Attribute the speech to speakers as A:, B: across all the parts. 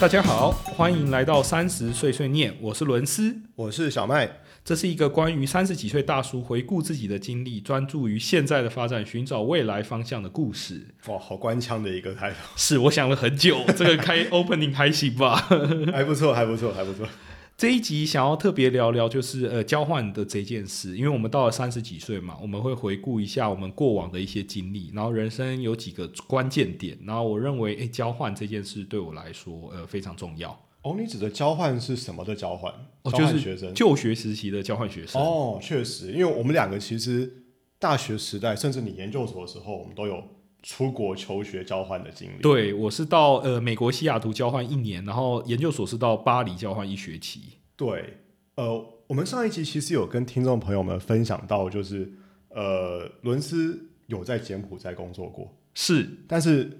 A: 大家好，欢迎来到三十岁碎念，我是伦斯。
B: 我是小麦，
A: 这是一个关于三十几岁大叔回顾自己的经历，专注于现在的发展，寻找未来方向的故事。
B: 哇，好官腔的一个开头，
A: 是我想了很久， 这个开 opening 还行吧。
B: 还不错，还不错，还不错。
A: 这一集想要特别聊聊，就是呃交换的这件事，因为我们到了三十几岁嘛，我们会回顾一下我们过往的一些经历，然后人生有几个关键点，然后我认为，诶，交换这件事对我来说，呃，非常重要。
B: 哦，你指的交换是什么的交换？
A: 哦，
B: 交
A: 就
B: 换学
A: 是
B: 生。
A: 就学时期的交换学生。
B: 哦，确实，因为我们两个其实大学时代，甚至你研究所的时候，我们都有出国求学交换的经历。
A: 对，我是到呃美国西雅图交换一年，然后研究所是到巴黎交换一学期。
B: 对，呃，我们上一集其实有跟听众朋友们分享到，就是呃，伦斯有在柬埔寨工作过，
A: 是
B: 但是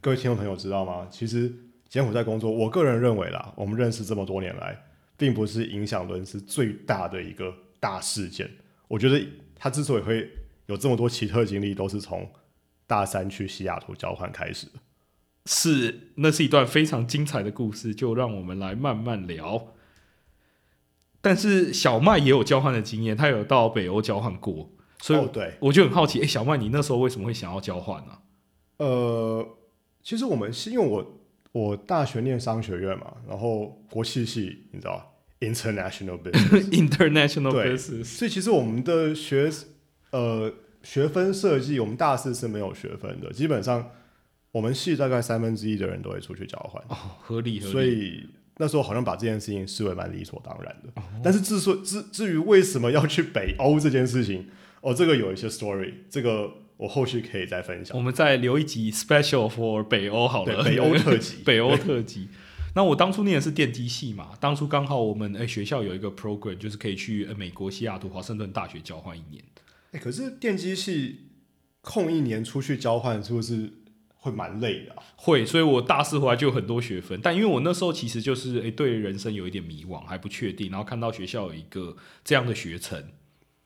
B: 各位听众朋友知道吗？其实柬埔寨工作，我个人认为啦，我们认识这么多年来，并不是影响伦斯最大的一个大事件。我觉得他之所以会有这么多奇特经历，都是从大三去西雅图交换开始的。
A: 是，那是一段非常精彩的故事，就让我们来慢慢聊。但是小麦也有交换的经验，他有到北欧交换过，所
B: 哦
A: 以
B: 对，
A: 我就很好奇，哎、小麦你那时候为什么会想要交换啊呢、
B: 呃，其实我们是因为我我大学念商学院嘛，然后国际系你知道 international business，
A: i n t e r n a t i o n a l
B: 对
A: business
B: 所以其实我们的学呃学分设计，我们大四是没有学分的，基本上我们系大概三分之一的人都会出去交换，
A: 哦，合理合理。
B: 所以那时候好像把这件事情视为蛮理所当然的。
A: 哦
B: 但是至说至至于为什么要去北欧这件事情，哦，这个有一些 story，这个我后续可以再分享。
A: 我们再留一集 special for 北欧好了，，
B: 对，北欧特辑
A: 北欧特辑。那我当初念的是电机系嘛，当初刚好我们诶、哎学校有一个 program，就是可以去、呃、美国西雅图华盛顿大学交换一年。
B: 欸可是电机系空一年出去交换，是不是会蛮累的啊、
A: 会，所以我大四回来就有很多学分，但因为我那时候其实就是诶、哎对人生有一点迷惘，还不确定，然后看到学校有一个这样的学程，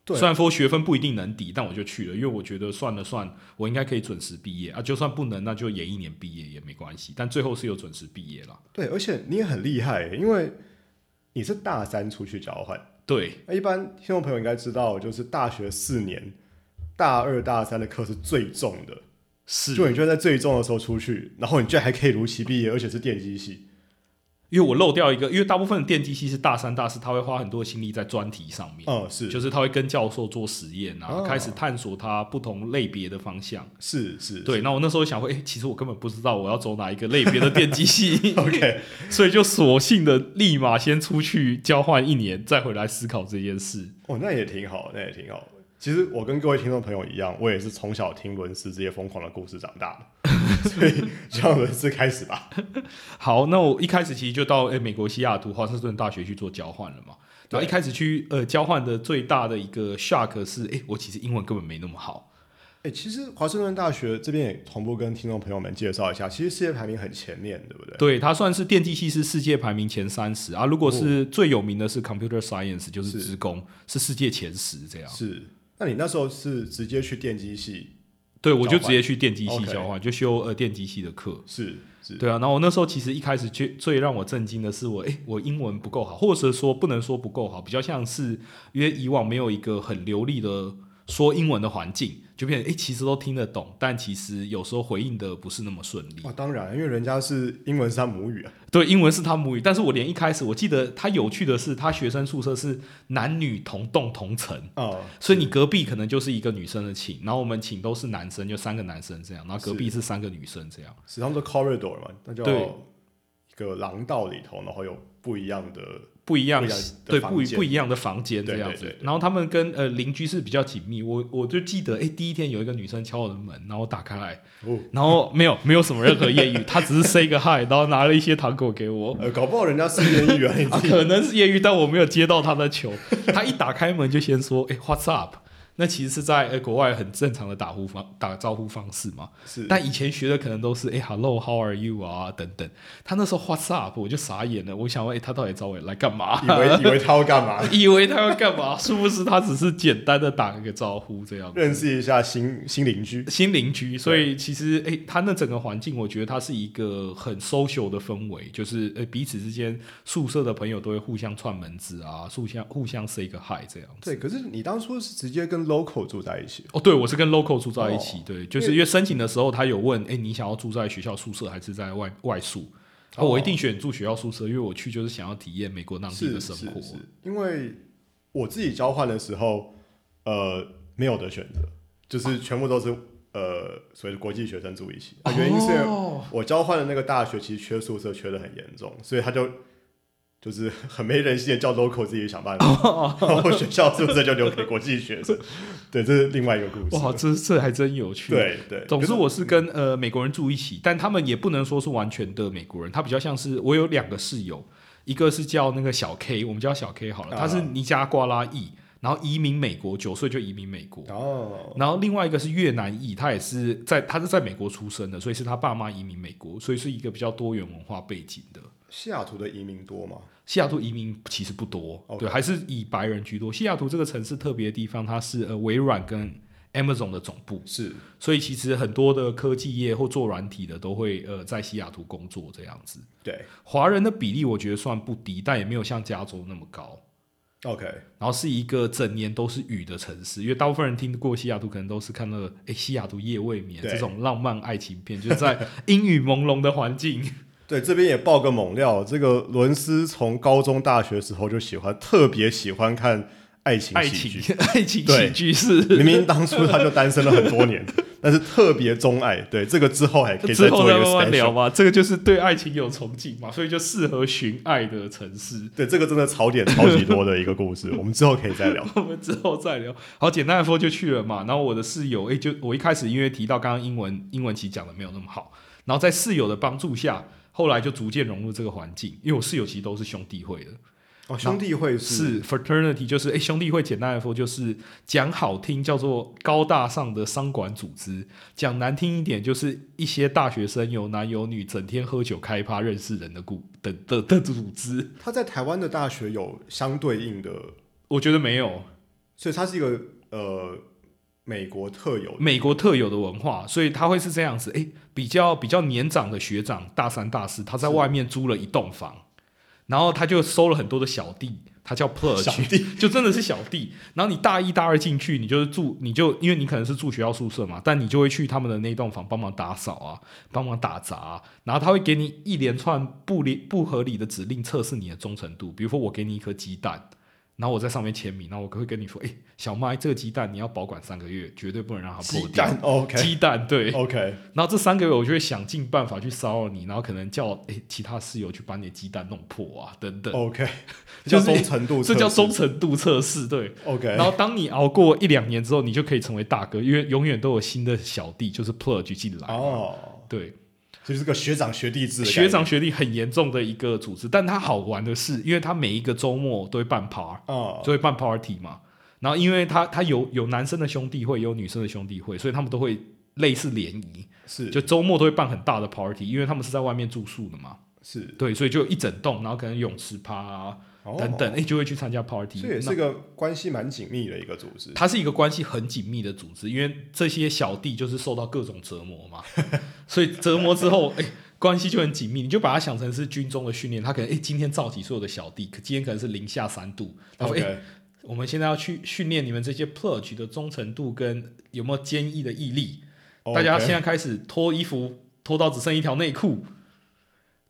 B: 对
A: 虽然说学分不一定能抵，但我就去了，因为我觉得算了算，我应该可以准时毕业啊，就算不能，那就延一年毕业也没关系，但最后是有准时毕业啦。
B: 对，而且你也很厉害欸，因为你是大三出去交换。
A: 对，
B: 那一般听众朋友应该知道，就是大学四年，大二大三的课是最重的，
A: 是，
B: 就你居然在最重的时候出去，然后你居然还可以如期毕业，而且是电机系。
A: 因为我漏掉一个，因为大部分的电机系是大三、大四，他会花很多心力在专题上面，
B: 嗯，是
A: 就是他会跟教授做实验啊，
B: 哦
A: 开始探索他不同类别的方向。
B: 是是，，
A: 对，那我那时候想说，哎、其实我根本不知道我要走哪一个类别的电机系
B: ，OK，
A: 所以就索性的立马先出去交换一年，再回来思考这件事。
B: 哦，那也挺好，那也挺好。其实我跟各位听众朋友一样，我也是从小听伦斯这些疯狂的故事长大 的，所以就让伦斯开始吧。
A: 好，那我一开始其实就到诶、美国西雅图华盛顿大学去做交换了嘛。然后
B: 对
A: 一开始去呃交换的最大的一个 shock 是，哎、我其实英文根本没那么好。
B: 哎、其实华盛顿大学这边也同步跟听众朋友们介绍一下，其实世界排名很前面，对不对？
A: 对，它算是电机系是世界排名前三十啊。如果是最有名的是 computer science，就是
B: 哦是
A: 职工，是世界前十这样。
B: 是。那你那时候是直接去电机系？
A: 对，我就
B: 交
A: 直
B: 换
A: 接去电机系
B: OK
A: 交换就修呃电机系的课。
B: 是是。
A: 对啊，然后我那时候其实一开始最最让我震惊的是我，诶，我英文不够好，或者说不能说不够好，比较像是因为以往没有一个很流利的说英文的环境，就变成诶，其实都听得懂，但其实有时候回应的不是那么顺利。
B: 哦，当然，因为人家是英文是他母语啊。
A: 对，英文是他母语，但是我连一开始我记得他有趣的是，他学生宿舍是男女同栋同层，
B: 哦，
A: 所以你隔壁可能就是一个女生的寝，然后我们寝都是男生，就三个男生这样，然后隔壁是三个女生这样。
B: 史上的 corridor 嘛，那叫
A: 对
B: 一个廊道里头，然后有不一样的。
A: 不一样
B: 不一样的，
A: 对，
B: 房
A: 不一
B: 间
A: 不一样的房间这样子。
B: 对对对
A: 然后他们跟呃邻居是比较紧密，我我就记得，哎，第一天有一个女生敲我的门，然后我打开来，
B: 哦，
A: 然后没有没有什么任何业余，她只是 say 个 hi，然后拿了一些糖果给我，
B: 呃，搞不好人家是演员，你
A: 啊，
B: 自己
A: 可能是业余，但我没有接到他的球。他一打开门就先说：“哎、w h a t s up？” 那其实是在呃国外很正常的打呼方打招呼方式嘛。
B: 是，
A: 但以前学的可能都是哎、hello，how are you 啊等等。他那时候 What's up，我就傻眼了，我想问哎、他到底找我来干嘛？
B: 以为以为他要干嘛？
A: 以为他要干嘛？殊不知他只是简单的打个招呼这样子。
B: 认识一下新新邻居，
A: 新邻居，所以其实诶、他那整个环境，我觉得它是一个很 social 的氛围，就是诶、彼此之间宿舍的朋友都会互相串门子啊，互相互相 say 个 hi 这样子。
B: 对，可是你当初是直接跟 local 住在一起，
A: 哦，对，我是跟 local 住在一起，
B: 哦
A: 对，就是因为申请的时候他有问，诶，你想要住在学校宿舍还是在外外宿？啊，
B: 哦
A: 我一定选住学校宿舍，因为我去就是想要体验美国当地
B: 是
A: 的
B: 是
A: 生活。
B: 是，因为我自己交换的时候，呃，没有得选择，就是全部都是呃，所谓的国际学生住一起。啊原因是
A: 哦
B: 我交换的那个大学其实缺宿舍缺的很严重，所以他就就是 很没人性的叫 local 自己想办法，
A: 哦
B: 然后学校宿舍就留给国际 学生。对，这是另外一个故事。
A: 哇，这这还真有趣。
B: 对对，
A: 总
B: 可
A: 之，我是跟呃美国人住一起，但他们也不能说是完全的美国人，他比较像是我有两个室友，一个是叫那个小 K，我们叫小 K 好了，
B: 啊
A: 他是尼加瓜拉裔，然后移民美国，九岁就移民美国。
B: 哦，
A: 然后另外一个是越南裔，他也是在他是在美国出生的，所以是他爸妈移民美国，所以是一个比较多元文化背景的。
B: 西雅图的移民多吗？
A: 西雅图移民其实不多
B: OK
A: 对，还是以白人居多。西雅图这个城市特别的地方，它是呃微软跟 Amazon 的总部，
B: 是
A: 所以其实很多的科技业或做软体的都会呃在西雅图工作这样子。
B: 对
A: 华人的比例我觉得算不低，但也没有像加州那么高。
B: ，OK，
A: 然后是一个整年都是雨的城市，因为大部分人听过西雅图，可能都是看到了诶西雅图夜未眠
B: 对
A: 这种浪漫爱情片，就是在阴雨朦胧的环境。
B: 对，这边也爆个猛料，这个伦斯从高中、大学时候就喜欢，特别喜欢看爱情
A: 爱
B: 喜剧。
A: 情 爱情喜
B: 对
A: 剧是
B: 明明当初他就单身了很多年， 但是特别钟爱。对，这个之后还可以再
A: 之后
B: 做一
A: 再
B: 个
A: 慢慢
B: special
A: 聊。嘛，这个就是对爱情有憧憬嘛，所以就适合寻爱的城市。
B: 对，这个真的槽点超级多的一个 故事，我们之后可以再聊。
A: 我们之后再聊。好，简单的说就去了嘛。然后我的室友，诶，就我一开始因为提到刚刚英文，英文其实讲的没有那么好，然后在室友的帮助下，后来就逐渐融入这个环境。因为我室友其实都是兄弟会的，
B: 哦，兄弟会
A: 是 fraternity，就是诶，兄弟会。简单的说就是讲好听叫做高大上的商管组织，讲难听一点就是一些大学生有男有女，整天喝酒开趴认识人的故的的的组织，
B: 他在台湾的大学有相对应的，
A: 我觉得没有。
B: 所以它是一个呃美国特有的。
A: 美国特有的文化，所以他会是这样子，诶，比较比较年长的学长，大三大四，他在外面租了一栋房，然后他就收了很多的小弟，他叫 plug，
B: 小弟
A: 就真的是小弟。然后你大一大二进去，你就是住，你就因为你可能是住学校宿舍嘛，但你就会去他们的那栋房帮忙打扫啊，帮忙打杂啊、然后他会给你一连串不理不合理的指令测试你的忠诚度，比如说我给你一颗鸡蛋。然后我在上面签名，然后我会跟你说，哎、小麦，这个鸡蛋你要保管三个月，绝对不能让它破
B: 鸡
A: 掉。
B: 蛋，OK
A: 鸡蛋对，
B: OK，
A: 然后这三个月我就会想尽办法去骚扰你，然后可能叫诶其他室友去把你的鸡蛋弄破啊，等等，
B: OK，这
A: 就
B: 叫
A: 是
B: 忠诚哦度
A: 这
B: 测试，
A: 叫忠诚度测试，对。
B: OK
A: 然。后当你熬过一两年之后，你就可以成为大哥，因为永远都有新的小弟就是 plug 进来，
B: 哦，
A: 对，
B: 所以就是个学长学弟制的概念，
A: 学长学弟很严重的一个组织，但它好玩的是，因为它每一个周末都会办 par，
B: 哦，
A: 就会办 party 嘛。然后因为他他有有男生的兄弟会，有女生的兄弟会，所以他们都会类似联谊，
B: 是
A: 就周末都会办很大的 party，因为他们是在外面住宿的嘛。
B: 是
A: 对，所以就一整栋，然后可能泳池趴啊、
B: 哦
A: 等等，哎、就会去参加 party。
B: 这也
A: 那
B: 是个关系蛮紧密的一个组织。
A: 它是一个关系很紧密的组织，因为这些小弟就是受到各种折磨嘛， 所以折磨之后，哎、关系就很紧密。你就把它想成是军中的训练，他可能哎、今天召集所有的小弟，可今天可能是零下三度，他说哎、
B: OK，
A: 我们现在要去训练你们这些 pledge 的忠诚度跟有没有坚毅的毅力。大家现在开始脱衣服，脱到只剩一条内裤，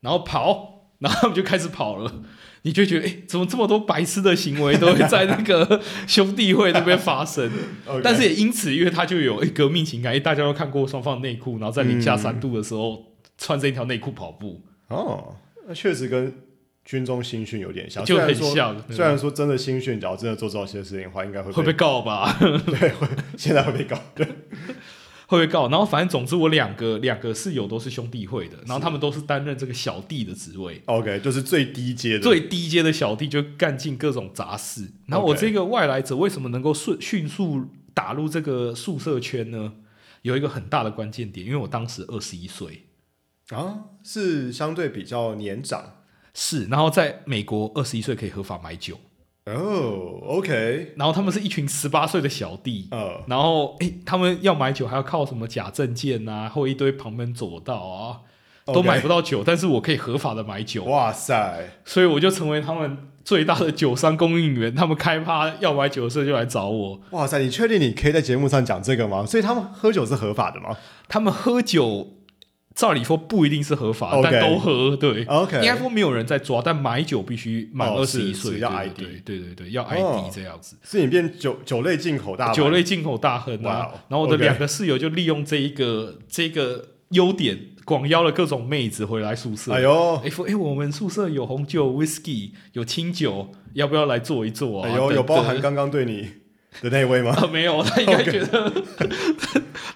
A: 然后跑，然后他们就开始跑了。你就觉得，哎、怎么这么多白痴的行为都会在那个兄弟会那边发生？
B: OK，
A: 但是也因此，因为他就有、哎革命情感，因为大家都看过双方的内裤，然后在零下三度的时候、穿着一条内裤跑步，
B: 哦，那确实跟军中新训有点像，
A: 就
B: 嗯虽然
A: 很
B: 说
A: 像。对
B: 虽然说真的新训，假如真的做这些事情的话，应该会
A: 会被告吧？
B: 现在会被告。对，
A: 会不会告？然后反正总之我两个两个室友都是兄弟会的，然后他们都是担任这个小弟的职位，
B: OK，就是最低阶的，
A: 最低阶的小弟就干尽各种杂事。然后我这个外来者为什么能够顺迅速？打入这个宿舍圈呢，有一个很大的关键点，因为我当时二十一岁，
B: 啊，是相对比较年长
A: 是，然后在美国二十一岁可以合法买酒，
B: 哦，OK，
A: 然后他们是一群十八岁的小弟，
B: 呃，
A: 然后诶、他们要买酒还要靠什么假证件啊，或一堆旁门左道啊，都
B: OK
A: 买不到酒，但是我可以合法的买酒，
B: 哇塞，
A: 所以我就成为他们最大的酒商供应源。他们开趴要买酒的时候就来找我，
B: 哇塞，你确定你可以在节目上讲这个吗？所以他们喝酒是合法的吗
A: 他们喝酒。照理说不一定是合法
B: OK
A: 但都喝，对
B: ？OK，
A: 应该说没有人在抓，但买酒必须满
B: 哦
A: 二十
B: 是
A: 一岁，
B: 是要
A: 对
B: ID
A: 对对对对对，要
B: 哦
A: ID 这样子。
B: 是你变酒酒类进口大版
A: 酒类进口大亨
B: 哇
A: 啊
B: 哦，
A: 然后我的
B: OK
A: 两个室友就利用这一个这个优点，广邀了各种妹子回来宿舍。
B: 哎呦，
A: 哎说哎，我们宿舍有红酒、whisky，有清酒，要不要来坐一坐啊？
B: 哎呦，
A: 等
B: 有包含
A: 等
B: 刚刚对你的那位吗？
A: 啊？没有，他应该觉得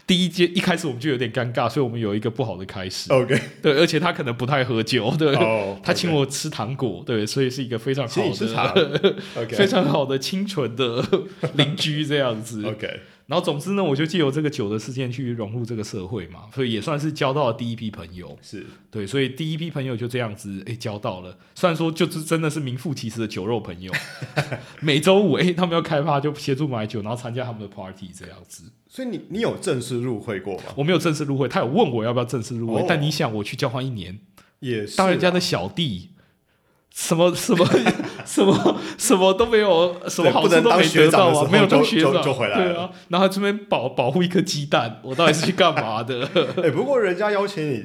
A: 第一阶一开始我们就有点尴尬，所以我们有一个不好的开始。
B: OK，
A: 对，而且他可能不太喝酒，对，
B: 哦，
A: 他请我吃糖果，对，所以是一个非常好
B: 请你吃 茶
A: 的、非
B: ，OK，OK，
A: 常好的清纯的 邻居这样子。然后总之呢，我就借由这个酒的事件去融入这个社会嘛，所以也算是交到了第一批朋友。
B: 是
A: 对，所以第一批朋友就这样子，哎，交到了。虽然说就是真的是名副其实的酒肉朋友， 每周五哎他们要开趴就协助买酒，然后参加他们的 party 这样子。
B: 所以你你有正式入会过吗？
A: 我没有正式入会，他有问我要不要正式入会，
B: 哦
A: 但你想我去交换一年，
B: 也是
A: 当人家
B: 啊
A: 的小弟。什么什么 什么什么都没有，什么
B: 对
A: 好
B: 不
A: 处
B: 能
A: 都
B: 当
A: 没
B: 学
A: 得
B: 长
A: 到
B: 的时
A: 啊，
B: 候
A: 没有当
B: 就
A: 学
B: 就
A: 长
B: 就回来
A: 对
B: 了
A: 啊，然后他这边保保护一颗鸡蛋，我到底是去干嘛的？
B: 哎、不过人家邀请你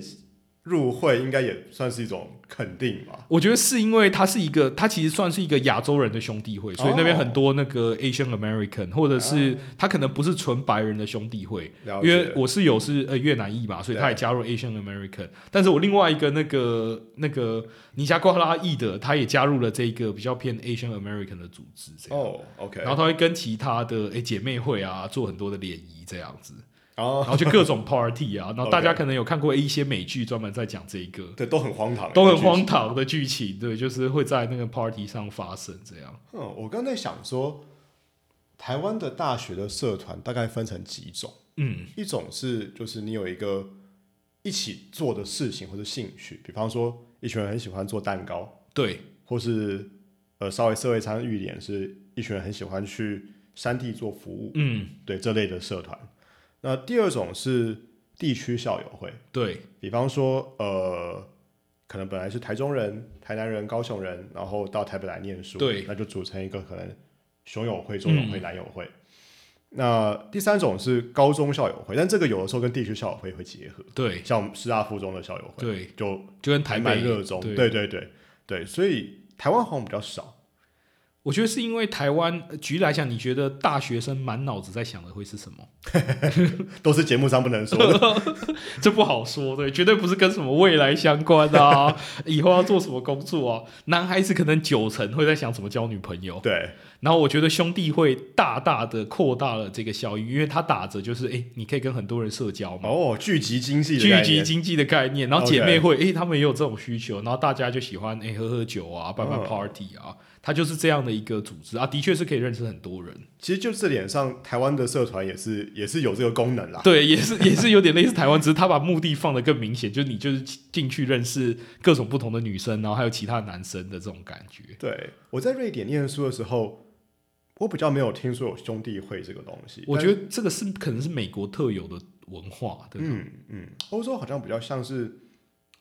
B: 入会，应该也算是一种肯定吧？
A: 我觉得是因为他是一个，他其实算是一个亚洲人的兄弟会，所以那边
B: 哦
A: 很多那个 Asian American，或者
B: 啊
A: 是他可能不是纯白人的兄弟会，
B: 了
A: 因为
B: 解，
A: 我室友是呃越南裔嘛，所以
B: 对
A: 他也加入 Asian American。但是我另外一个那个那个尼加瓜拉裔的，他也加入了这个比较偏 Asian American 的组织，这样。
B: 哦，OK，
A: 然后他会跟其他的诶、姐妹会啊做很多的联谊这样子，
B: 然后
A: 然后去各种 party 啊，然后大家
B: 哦 OK
A: 可能有看过一些美剧专门在讲这个，
B: 对，都很荒唐，啊
A: 都很
B: 剧情
A: 荒唐的剧情，对，就是会在那个 party 上发生这样。
B: 嗯，我刚才想说，台湾的大学的社团大概分成几种，
A: 嗯，
B: 一种是就是你有一个一起做的事情或者兴趣，比方说一群人很喜欢做蛋糕，
A: 对，
B: 或是呃稍微社会参与一点，是一群人很喜欢去山地做服务，
A: 嗯，
B: 对这类的社团。那第二种是地区校友会，
A: 对，
B: 比方说呃。可能本来是台中人、台南人、高雄人，然后到台北来念书，
A: 对嗯
B: 那就组成一个可能熊友会、中友会、南友会。那第三种是高中校友会，但这个有的时候跟地区校友会会结合，
A: 对，
B: 像我们师大附中的校友会，
A: 对，
B: 就
A: 就跟
B: 还
A: 台
B: 蛮
A: 北
B: 热衷，
A: 对
B: 对对对对，所以台湾好像比较少，
A: 我觉得是因为台湾呃举例来讲，你觉得大学生满脑子在想的会是什么？
B: 都是节目上不能说的。
A: 这不好说，对，绝对不是跟什么未来相关的 啊，以后要做什么工作啊。男孩子可能九成会在想怎么交女朋友，
B: 对，
A: 然后我觉得兄弟会大大的扩大了这个效益，因为它打着就是，哎，你可以跟很多人社交嘛。
B: 哦，聚集经济的概
A: 聚
B: 念，
A: 集经济的概念，然后姐妹会，诶、他们也有这种需求，然后大家就喜欢诶、喝喝酒啊，办办
B: 嗯
A: party 啊，它就是这样的一个组织啊，的确是可以认识很多人，
B: 其实就这点上，台湾的社团也是也是有这个功能啦。
A: 对，也是也是有点类似台湾，只是他把目的放得更明显，就是你就是进去认识各种不同的女生，然后还有其他男生的这种感觉，
B: 对，我在瑞典念书的时候，我比较没有听说有兄弟会这个东西。
A: 我
B: 但
A: 觉得这个是可能是美国特有的文化，对吧，啊
B: 嗯嗯，欧洲好像比较像是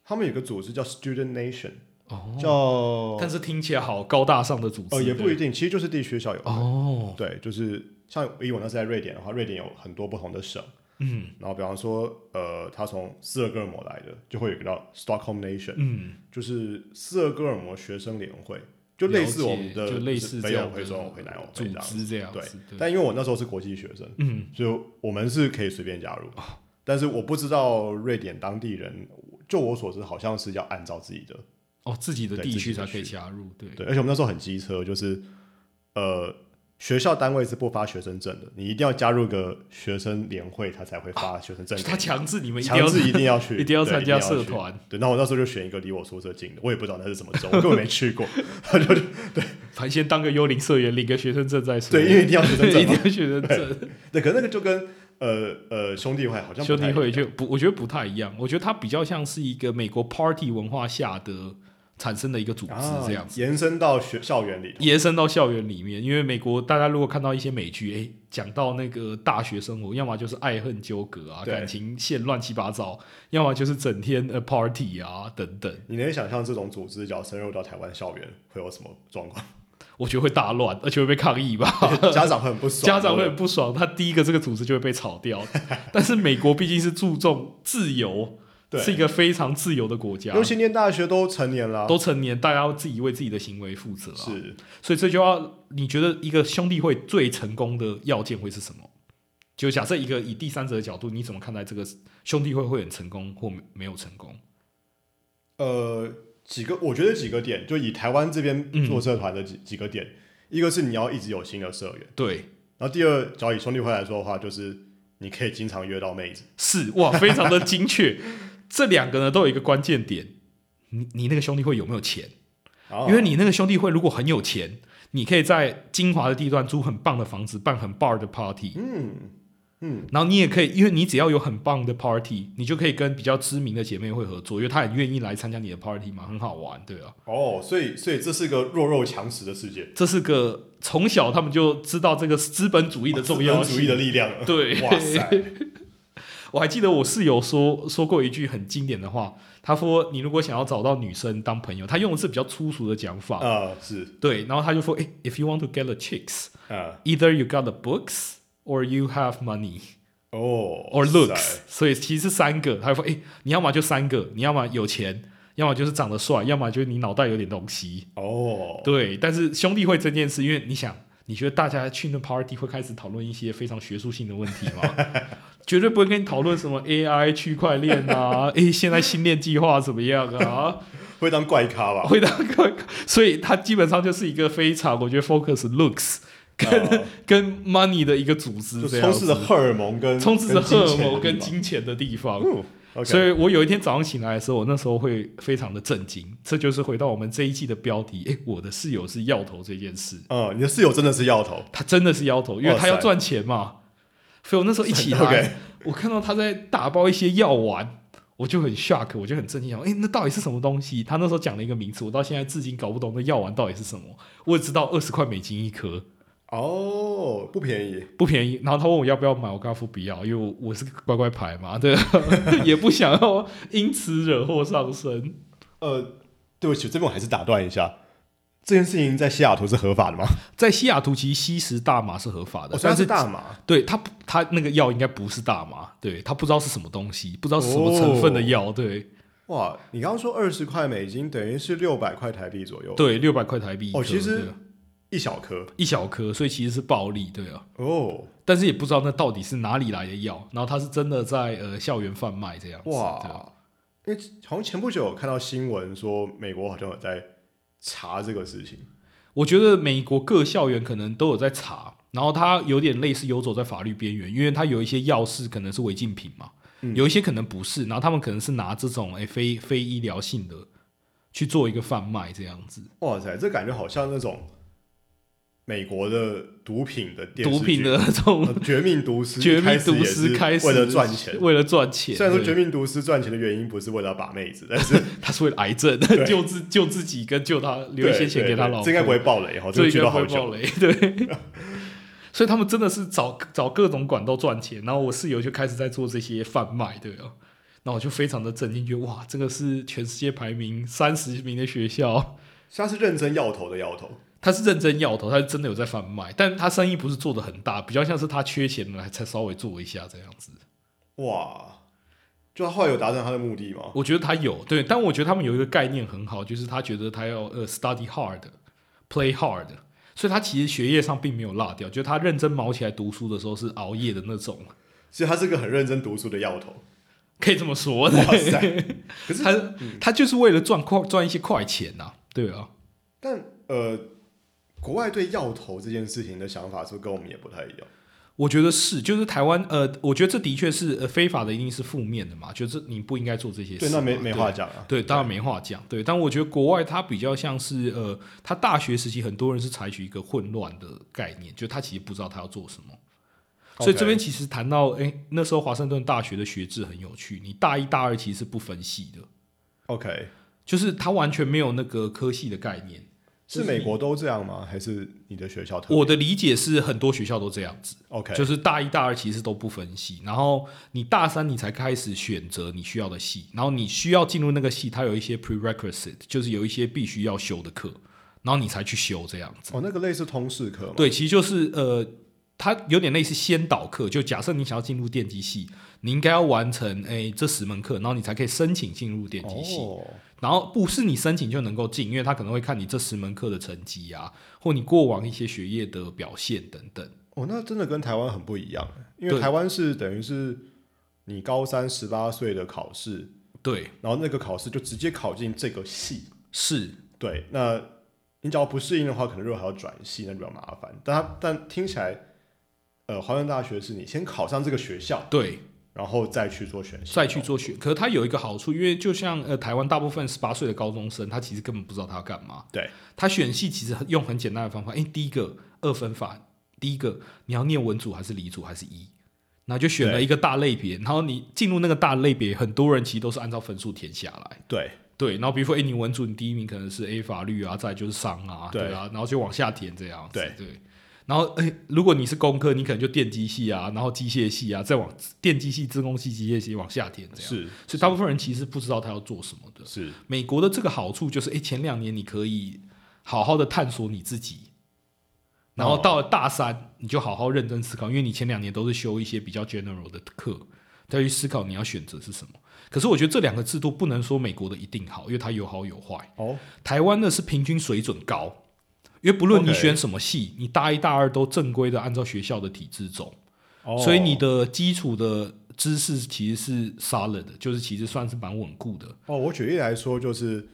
B: 他们有个组织叫 Student Nation，、
A: 哦，
B: 叫
A: 但是听起来好高大上的组织，
B: 呃也不一
A: 对
B: 定，其实就是地区校友。
A: 哦，
B: 对，就是像以我那时在瑞典的话，瑞典有很多不同的省，
A: 嗯
B: 然后比方说呃，他从斯德哥尔摩来的，就会有一个叫 Stockholm Nation，、
A: 嗯，
B: 就是斯德哥尔摩学生联会，就类似我们
A: 了
B: 的
A: 解就类似这
B: 北友
A: 样
B: 会、
A: 的
B: 中友会、南友会
A: 组
B: 这样。
A: 织这样
B: 对
A: 子，对，
B: 但因为我那时候是国际学生，
A: 嗯。
B: 所以我们是可以随便加入，
A: 哦
B: 但是我不知道瑞典当地人，就我所知好像是要按照自己的，
A: 哦，自己的
B: 对
A: 地
B: 自
A: 区
B: 己的
A: 才可以
B: 区
A: 加入，对，
B: 对，而且我们那时候很机车，就是呃，学校单位是不发学生证的，你一定要加入个学生联会，他才会发学生证给 你。
A: 他强制你们一定
B: 强
A: 要
B: 制一定要去，
A: 一定要
B: 对
A: 参加社。
B: 一定要去
A: 团，
B: 对，那我那时候就选一个离我宿舍近的，我也不知道那是什么州，我根本没去过。他就
A: 反正先当个幽灵社员，领个学生证再说。
B: 对，因为一定要学 生
A: 一
B: 证
A: 定
B: 嘛。
A: 要学生证，
B: 对，可是那个就跟呃呃兄弟会好像不
A: 兄
B: 太
A: 弟会就不，我觉得不太一样。我觉得它比较像是一个美国 party 文化下的产生的一个组织
B: 啊
A: 这样子。
B: 延伸到学校园里头。
A: 延伸到校园里面，因为美国大家如果看到一些美剧，诶，讲到那个大学生活，要么就是爱恨纠葛啊，
B: 对
A: 感情线乱七八糟，要么就是整天呃 party 啊等等，
B: 你能想象这种组织要深入到台湾校园会有什么 状况？
A: 我觉得会大乱，而且会被抗议吧。
B: 而且家长会很不爽，
A: 家长会
B: 对不
A: 很不爽，他第一个这个组织就会被炒掉。 但是美国毕竟是注重自由，
B: 对
A: 是一个非常自由的国家
B: 对，尤其念大学都成年了，
A: 都成年，大家要自己为自己的行为负责、啊。，
B: 是
A: 所以这就要你觉得一个兄弟会最成功的要件会是什么？就假设一个以第三者的角度，你怎么看待这个兄弟会会很成功或没没有成功？
B: 呃几个，我觉得几个点，就以台湾这边
A: 嗯
B: 做社团的几、几个点，一个是你要一直有新的社员，
A: 对，
B: 然后第二，只要以兄弟会来说的话，就是你可以经常约到妹子，
A: 是哇，非常的精确。 这两个呢都有一个关键点，你你那个兄弟会有没有钱？
B: 然后
A: 因为你那个兄弟会如果很有钱，你可以在精华的地段租很棒的房子，办很 bar 的 party，
B: 嗯嗯
A: 然后你也可以，因为你只要有很棒的 party，你就可以跟比较知名的姐妹会合作，因为她很愿意来参加你的 party 嘛，很好玩，对啊，
B: 哦，所以所以这是个弱肉强食的世界，
A: 这是个从小他们就知道这个资本主义的重要
B: 资本哦主义
A: 性。
B: 的力量，
A: 对
B: 哇塞，
A: 我还记得我室友说说过一句很经典的话，他说：“你如果想要找到女生当朋友，他用的是比较粗俗的讲法，
B: 啊、是
A: 对。”然后他就说：“诶 i f you want to get the chicks,
B: 啊、
A: either you got the books or you have money
B: 哦
A: or
B: 哇
A: looks，
B: 塞
A: 所以其实三个，他就说，哎、你要么就三个，你要么有钱，要么就是长得帅，要么就是你脑袋有点东西。
B: 哦，
A: 对，但是兄弟会这件事，因为你想，你觉得大家去那 party 会开始讨论一些非常学术性的问题吗？ 绝对不会跟你讨论什么 AI 区块链 啊，哎、现在新链计划怎么样啊？
B: 会当怪咖吧？
A: 回答个，所以它基本上就是一个非常，我觉得 focus looks 跟、
B: 啊
A: 跟 money 的一个组织
B: 就
A: 这样
B: 充
A: 子，
B: 斥着荷尔蒙跟
A: 充斥着荷尔蒙跟
B: 金
A: 金钱的地方
B: 钱的。地方，嗯，OK，
A: 所以我有一天早上醒来的时候，我那时候会非常的震惊。这就是回到我们这一季的标题，诶，我的室友是要头这件事，
B: 嗯，你的室友真的是要头，
A: 他真的是要头，因为
B: 哇
A: 他
B: 塞
A: 要赚钱嘛。所以我那时候一起
B: OK
A: 来，我看到他在打包一些药丸。我就很 shock，我就很震惊，想，哎、那到底是什么东西？他那时候讲了一个名词，我到现在至今搞不懂那药丸到底是什么。我只知道二十块美金一颗，
B: 哦，不便宜，
A: 不便宜。然后他问我要不要买，我跟他说不要，因为我我是乖乖牌嘛， 对，啊也不想要因此惹祸上身。
B: 呃，对不起，这边我还是打断一下，这件事情在西雅图是合法 的吗？
A: 在西雅图，其实吸食大麻是合法的，
B: 哦虽
A: 但
B: 然
A: 是
B: 大麻，
A: 对他不他那个药应该不是大麻，对他不知道是什么东西，不知道是什么成分的
B: 哦
A: 药，对
B: 哇，你刚刚说二十块美金等于是六百块台币左右，
A: 对，六百块台币一颗，
B: 哦其实
A: 对
B: 一小颗，
A: 一小颗，所以其实是暴利，对啊，
B: 哦，
A: 但是也不知道那到底是哪里来的药，然后他是真的在呃校园贩卖这样子，对啊
B: 哇，因为好像前不久有看到新闻说美国好像有在查这个事情，
A: 我觉得美国各校园可能都有在查，然后它有点类似游走在法律边缘，因为它有一些药是可能是违禁品嘛，
B: 嗯
A: 有一些可能不是，然后他们可能是拿这种诶非非医疗性的去做一个贩卖这样子，
B: 哇塞，这感觉好像那种美国的毒品的电视剧
A: 毒品的那种
B: 呃绝命毒 师，
A: 绝
B: 一
A: 命
B: 始也
A: 毒
B: 是
A: 师开始
B: 为了赚钱。
A: 为了赚钱，
B: 虽然说
A: 对
B: 绝命毒师赚钱的原因不是为了把妹子，但是
A: 他是为了癌症 救自救自己跟救他留一些钱给他老婆，
B: 哦对对对这应该不会爆雷哈，
A: 这
B: 个
A: 应
B: 剧
A: 该
B: 都
A: 不
B: 好
A: 会
B: 久
A: 爆。雷，对。 所以他们真的是找找各种管道赚钱，然后我室友就开始在做这些贩卖，对啊。那我就非常的震惊，觉得哇，这个是全世界排名三十名的学校，
B: 他是认真要头的要头，
A: 他是认真要头，他是真的有在贩卖，但他生意不是做的很大，比较像是他缺钱来才稍微做一下这样子。
B: 哇！就他后来有达成他的目的吗？
A: 我觉得他有对，但我觉得他们有一个概念很好，就是他觉得他要呃 study hard，play hard，所以他其实学业上并没有落掉，就是他认真忙起来读书的时候是熬夜的那种，
B: 其实他是个很认真读书的要头。
A: 可以这么说。
B: 哇
A: 对
B: 塞！嗯可是
A: 他啊他就是为了赚快赚一些快钱呐、对啊，
B: 但呃，国外对药头这件事情的想法是不是跟我们也不太一样？
A: 我觉得是，就是台湾，呃，我觉得这的确是呃非法的，一定是负面的嘛，就是你不应该做这些事
B: 对，
A: 嘛。
B: 那没
A: 对
B: 没话讲啊。
A: 对，当然没话讲。对，但我觉得国外它比较像是呃，他大学时期很多人是采取一个混乱的概念，就他其实不知道他要做什么。所以这边其实谈到，哎、那时候华盛顿大学的学制很有趣，你大一大二其实是不分系的，
B: OK OK
A: 就是他完全没有那个科系的概念。
B: 是美国都这样吗？还是你的学校特
A: 我的理解是，很多学校都这样子，
B: OK？
A: 就是大一大二其实都不分系，然后你大三你才开始选择你需要的系，然后你需要进入那个系，它有一些 prerequisite，就是有一些必须要修的课，然后你才去修这样子。
B: 哦，那个类似通识课嘛。
A: 对，其实就是呃，它有点类似先导课，就假设你想要进入电机系，你应该要完成诶这十门课，然后你才可以申请进入电机系。
B: 哦，
A: 然后不是你申请就能够进，因为他可能会看你这十门课的成绩啊，或你过往一些学业的表现等等。
B: 哦，那真的跟台湾很不一样，欸因为
A: 对
B: 台湾是等于是你高三十八岁的考试，
A: 对，
B: 然后那个考试就直接考进这个系。
A: 是，
B: 对，那你只要不适应的话，可能如果还要转系，那就比较麻烦。但它但听起来，呃，华盛顿大学是你先考上这个学校，
A: 对，
B: 然后再去做选修，
A: 再去做选。可是它有一个好处，因为就像呃台湾大部分十八岁的高中生，他其实根本不知道他要干嘛。
B: 对，
A: 他选系其实很用很简单的方法，诶，第一个二分法，第一个你要念文组还是理组还是一。然后就选了
B: 对
A: 一个大类别，然后你进入那个大类别，很多人其实都是按照分数填下来。
B: 对
A: 对，然后比如说，诶，你文组你第一名可能是 A 法律啊，再来就是商啊，
B: 对
A: 对啊，然后就往下填这样子。
B: 对
A: 对，然后诶，如果你是工科，你可能就电机系啊，然后机械系啊，再往电机系、自工系、机械系往下填这样。
B: 是
A: 所以大部分人其实不知道他要做什么的。
B: 是
A: 美国的这个好处就是，诶，哎前两年你可以好好的探索你自己，然后到了大三你就好好认真思考，因为你前两年都是修一些比较 general 的课，再去思考你要选择是什么。可是我觉得这两个制度不能说美国的一定好，因为它有好有坏。
B: 哦，
A: 台湾的是平均水准高，因为不论你
B: OK
A: 选什么系你大一大二都正规的按照学校的体制走。
B: 哦
A: 所以你的基础的知识其实是 solid 的，就是其实算是蛮稳固的。
B: 哦，我举例来说，就是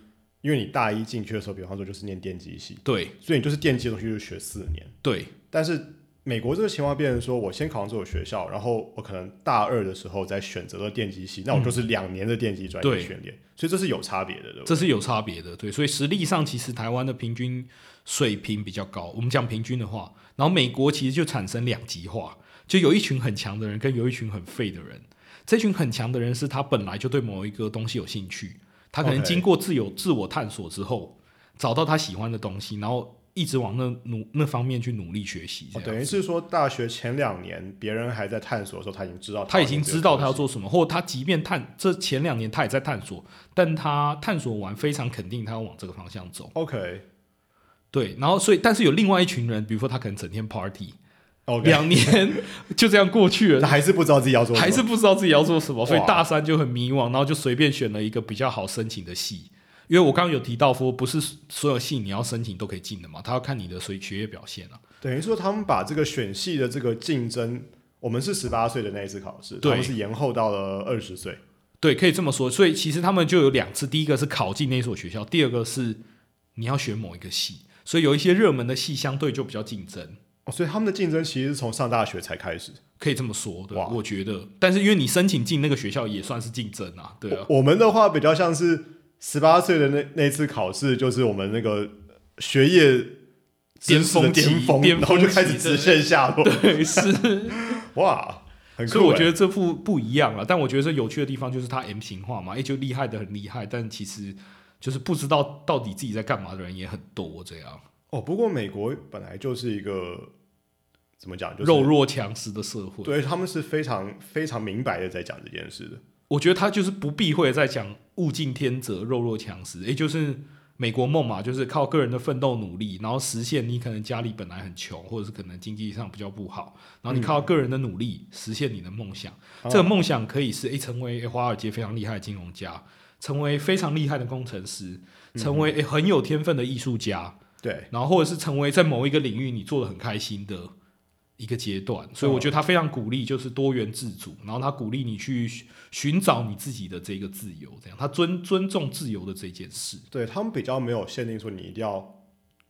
B: 因为你大一进去的时候，比方说就是念电机系，
A: 对
B: 所以你就是电机的东西就学四年，
A: 对
B: 但是。美国这个情况变成说，我先考上这所学校，然后我可能大二的时候再选择了电机系，那我就是两年的电机专业
A: 嗯对
B: 训练，所以这是有差别的，对不对？
A: 这是有差别的。对，所以实力上其实台湾的平均水平比较高。我们讲平均的话，然后美国其实就产生两极化，就有一群很强的人跟有一群很废的人。这群很强的人是他本来就对某一个东西有兴趣，他可能
B: OK
A: 经过自有自我探索之后，找到他喜欢的东西，然后一直往那努那方面去努力学习。这
B: 哦
A: 样、
B: 等于是说，大学前两年别人还在探索的时候，他已经知道
A: 他已经
B: 要做
A: 知道他
B: 这
A: 要
B: 个事
A: 做什么，或他即便探这前两年他也在探索，但他探索完非常肯定他要往这个方向走。
B: 情。OK
A: 对，然后所以但是有另外一群人，比如说他可能整天 party，
B: OK，
A: 两年 就这样过去
B: 他
A: 了。
B: 还是不知道自己要做什么，
A: 还是不知道自己要做什么，所以
B: 哇
A: 大三就很迷惘，然后就随便选了一个比较好申请的系，因为我刚刚有提到说，不是所有系你要申请都可以进的嘛，他要看你的随学业表现啊。
B: 等于说他们把这个选系的这个竞争，我们是十八岁的那一次考试，
A: 对
B: 他们是延后到了二十岁。
A: 对，可以这么说。所以其实他们就有两次，第一个是考进那所学校，第二个是你要选某一个系。所以有一些热门的系相对就比较竞争，
B: 哦，所以他们的竞争其实是从上大学才开始。
A: 可以这么说，对
B: 哇，
A: 我觉得。但是因为你申请进那个学校也算是竞争啊，对啊，
B: 我我们的话比较像是十八岁的那那次考试，就是我们那个学业
A: 巅
B: 知识的
A: 峰期
B: 巅峰，
A: 巅
B: 然后就
A: 峰
B: 开
A: 期
B: 始
A: 的
B: 直线下落。
A: 对是。
B: 哇， 很
A: 所以
B: 酷
A: 我
B: 欸。
A: 觉得这不不一样了。但我觉得这有趣的地方就是它 M 型化嘛，也就厉害的很厉害，但其实就是不知道到底自己在干嘛的人也很多，这样、
B: 哦，不过美国本来就是一个怎么讲，就是
A: 肉弱强食的社会。
B: 对他们是非常非常明白的在讲这件事的。
A: 我觉得他就是不避讳地在讲物竞天择，弱肉强食，也就是美国梦嘛，就是靠个人的奋斗努力，然后实现你可能家里本来很穷，或者是可能经济上比较不好，然后你靠个人的努力实现你的梦想。这
B: 哦
A: 个梦想可以是诶成为诶华尔街非常厉害的金融家，成为非常厉害的工程师，成为诶很有天分的艺术家。
B: 对，
A: 然后或者是成为在某一个领域你做的很开心的一个阶段，所以我觉得他非常鼓励就是多元自主，然后他鼓励你去寻寻找你自己的这个自由，这样他尊尊重自由的这件事。
B: 对他们比较没有限定说你一定要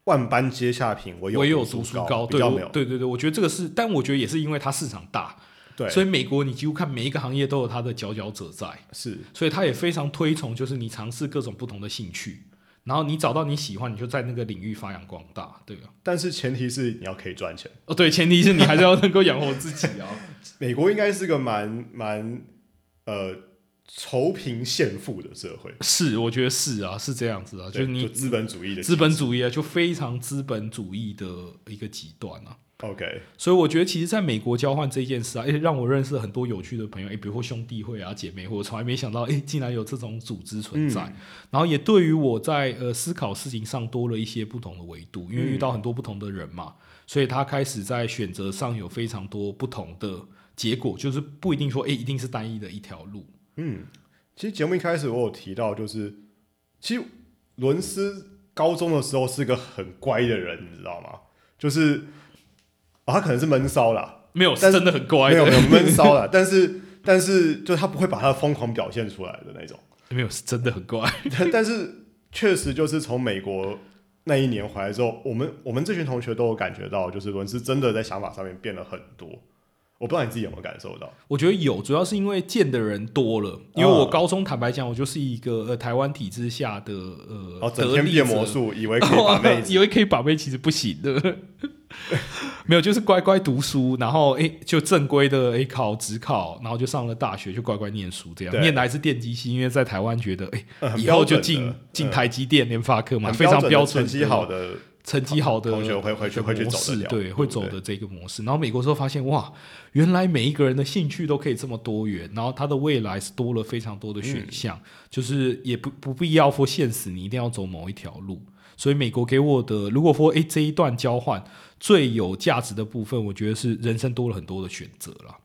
B: 万般皆下品，唯有
A: 唯有
B: 读
A: 读书
B: 高，
A: 高，
B: 比
A: 对
B: 较
A: 我
B: 没有
A: 对对对，我觉得这个是，但我觉得也是因为它市场大，
B: 对，
A: 所以美国你几乎看每一个行业都有它的佼佼者在，
B: 是
A: 所以他也非常推崇，就是你尝试各种不同的兴趣，然后你找到你喜欢，你就在那个领域发扬光大，对啊。
B: 但是前提是你要可以赚钱。
A: 哦，对，前提是你还是要能够养活自己啊。
B: 美国应该是个蛮蛮呃仇贫羡富的社会，
A: 是，我觉得是啊，是这样子啊，就
B: 对
A: 是你
B: 资本主义的
A: 资本主义啊，就非常资本主义的一个极端啊。
B: OK
A: 所以我觉得，其实在美国交换这件事啊，诶、让我认识了很多有趣的朋友，诶、比如说兄弟会啊、姐妹会，我从来没想到，诶、竟然有这种组织存在。
B: 嗯
A: 然后也对于我在呃思考事情上多了一些不同的维度，因为遇到
B: 嗯
A: 很多不同的人嘛，所以他开始在选择上有非常多不同的结果，就是不一定说，诶、一定是单一的一条路。
B: 嗯，其实节目一开始我有提到，就是其实伦斯高中的时候是个很乖的人，你知道吗？就是啊、他可能是闷骚啦，
A: 没有，
B: 但
A: 是真
B: 是
A: 的很乖
B: 没
A: 的，
B: 有没有闷骚啦，但是但是就他不会把他的疯狂表现出来的那种。
A: 没有，是真的很乖。
B: 但但是确实就是从美国那一年回来之后，我们我们这群同学都有感觉到，就是伦斯真的在想法上面变了很多。我不知道你自己有没有感受到，
A: 我觉得有，主要是因为见的人多了。因为
B: 啊
A: 我高中坦白讲，我就是一个呃台湾体制下的呃，
B: 然后哦整
A: 得
B: 天
A: 力
B: 变
A: 者
B: 魔，术，以为可以 把妹子
A: 以为可以把妹，其实不行的。 没有，就是乖乖读书，然后诶就正规的诶考职考，然后就上了大学，就乖乖念书，这样
B: 对
A: 念的还是电机系，因为在台湾觉得诶
B: 呃很
A: 以
B: 标
A: 后就
B: 准的
A: 进进
B: 嗯
A: 台积电、联发科嘛，
B: 很
A: 非常
B: 的
A: 标准
B: 成
A: 的，
B: 绩好的
A: 成绩好的
B: 同学会会去会去
A: 模
B: 走
A: 式
B: 得了
A: 对，会走
B: 对
A: 的这个模式。然后美国之后发现，哇，原来每一个人的兴趣都可以这么多元，然后他的未来是多了非常多的
B: 嗯
A: 选项，就是也不不必要说现实你一定要走某一条路。所以美国给我的，如果说诶这一段交换最有价值的部分，我觉得是人生多了很多的选择啦，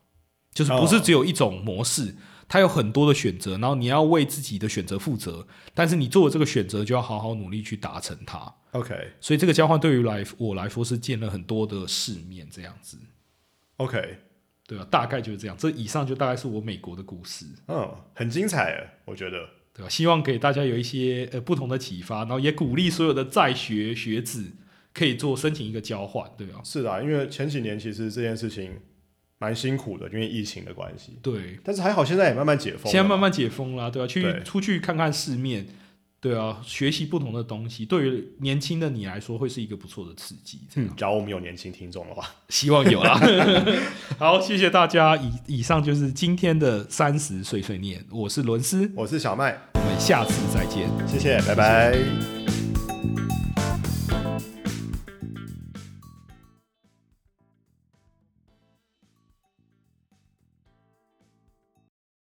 A: 就是不是
B: 哦
A: 只有一种模式。它有很多的选择，然后你要为自己的选择负责，但是你做的这个选择就要好好努力去达成它。
B: OK
A: 所以这个交换对于来我来说是见了很多的世面，这样子，
B: OK，
A: 对吧、大概就是这样。这以上就大概是我美国的故事，
B: 嗯，很精彩耶，我觉得
A: 对吧、啊希望给大家有一些呃不同的启发，然后也鼓励所有的在学学子可以做申请一个交换，对吧、
B: 是的啊，因为前几年其实这件事情蛮辛苦的，因为疫情的关系，
A: 对，
B: 但是还好现在也慢慢解封了嘛，
A: 现在慢慢解封了，对吧、啊去
B: 对
A: 出去看看世面，对啊，学习不同的东西，对于年轻的你来说会是一个不错的刺激。这样
B: 嗯，假如我们有年轻听众的话。
A: 希望有啦。 好，谢谢大家。以以上就是今天的三十碎碎念，我是伦斯。
B: 我是小麦，
A: 我们下次再见。
B: 谢谢，拜拜。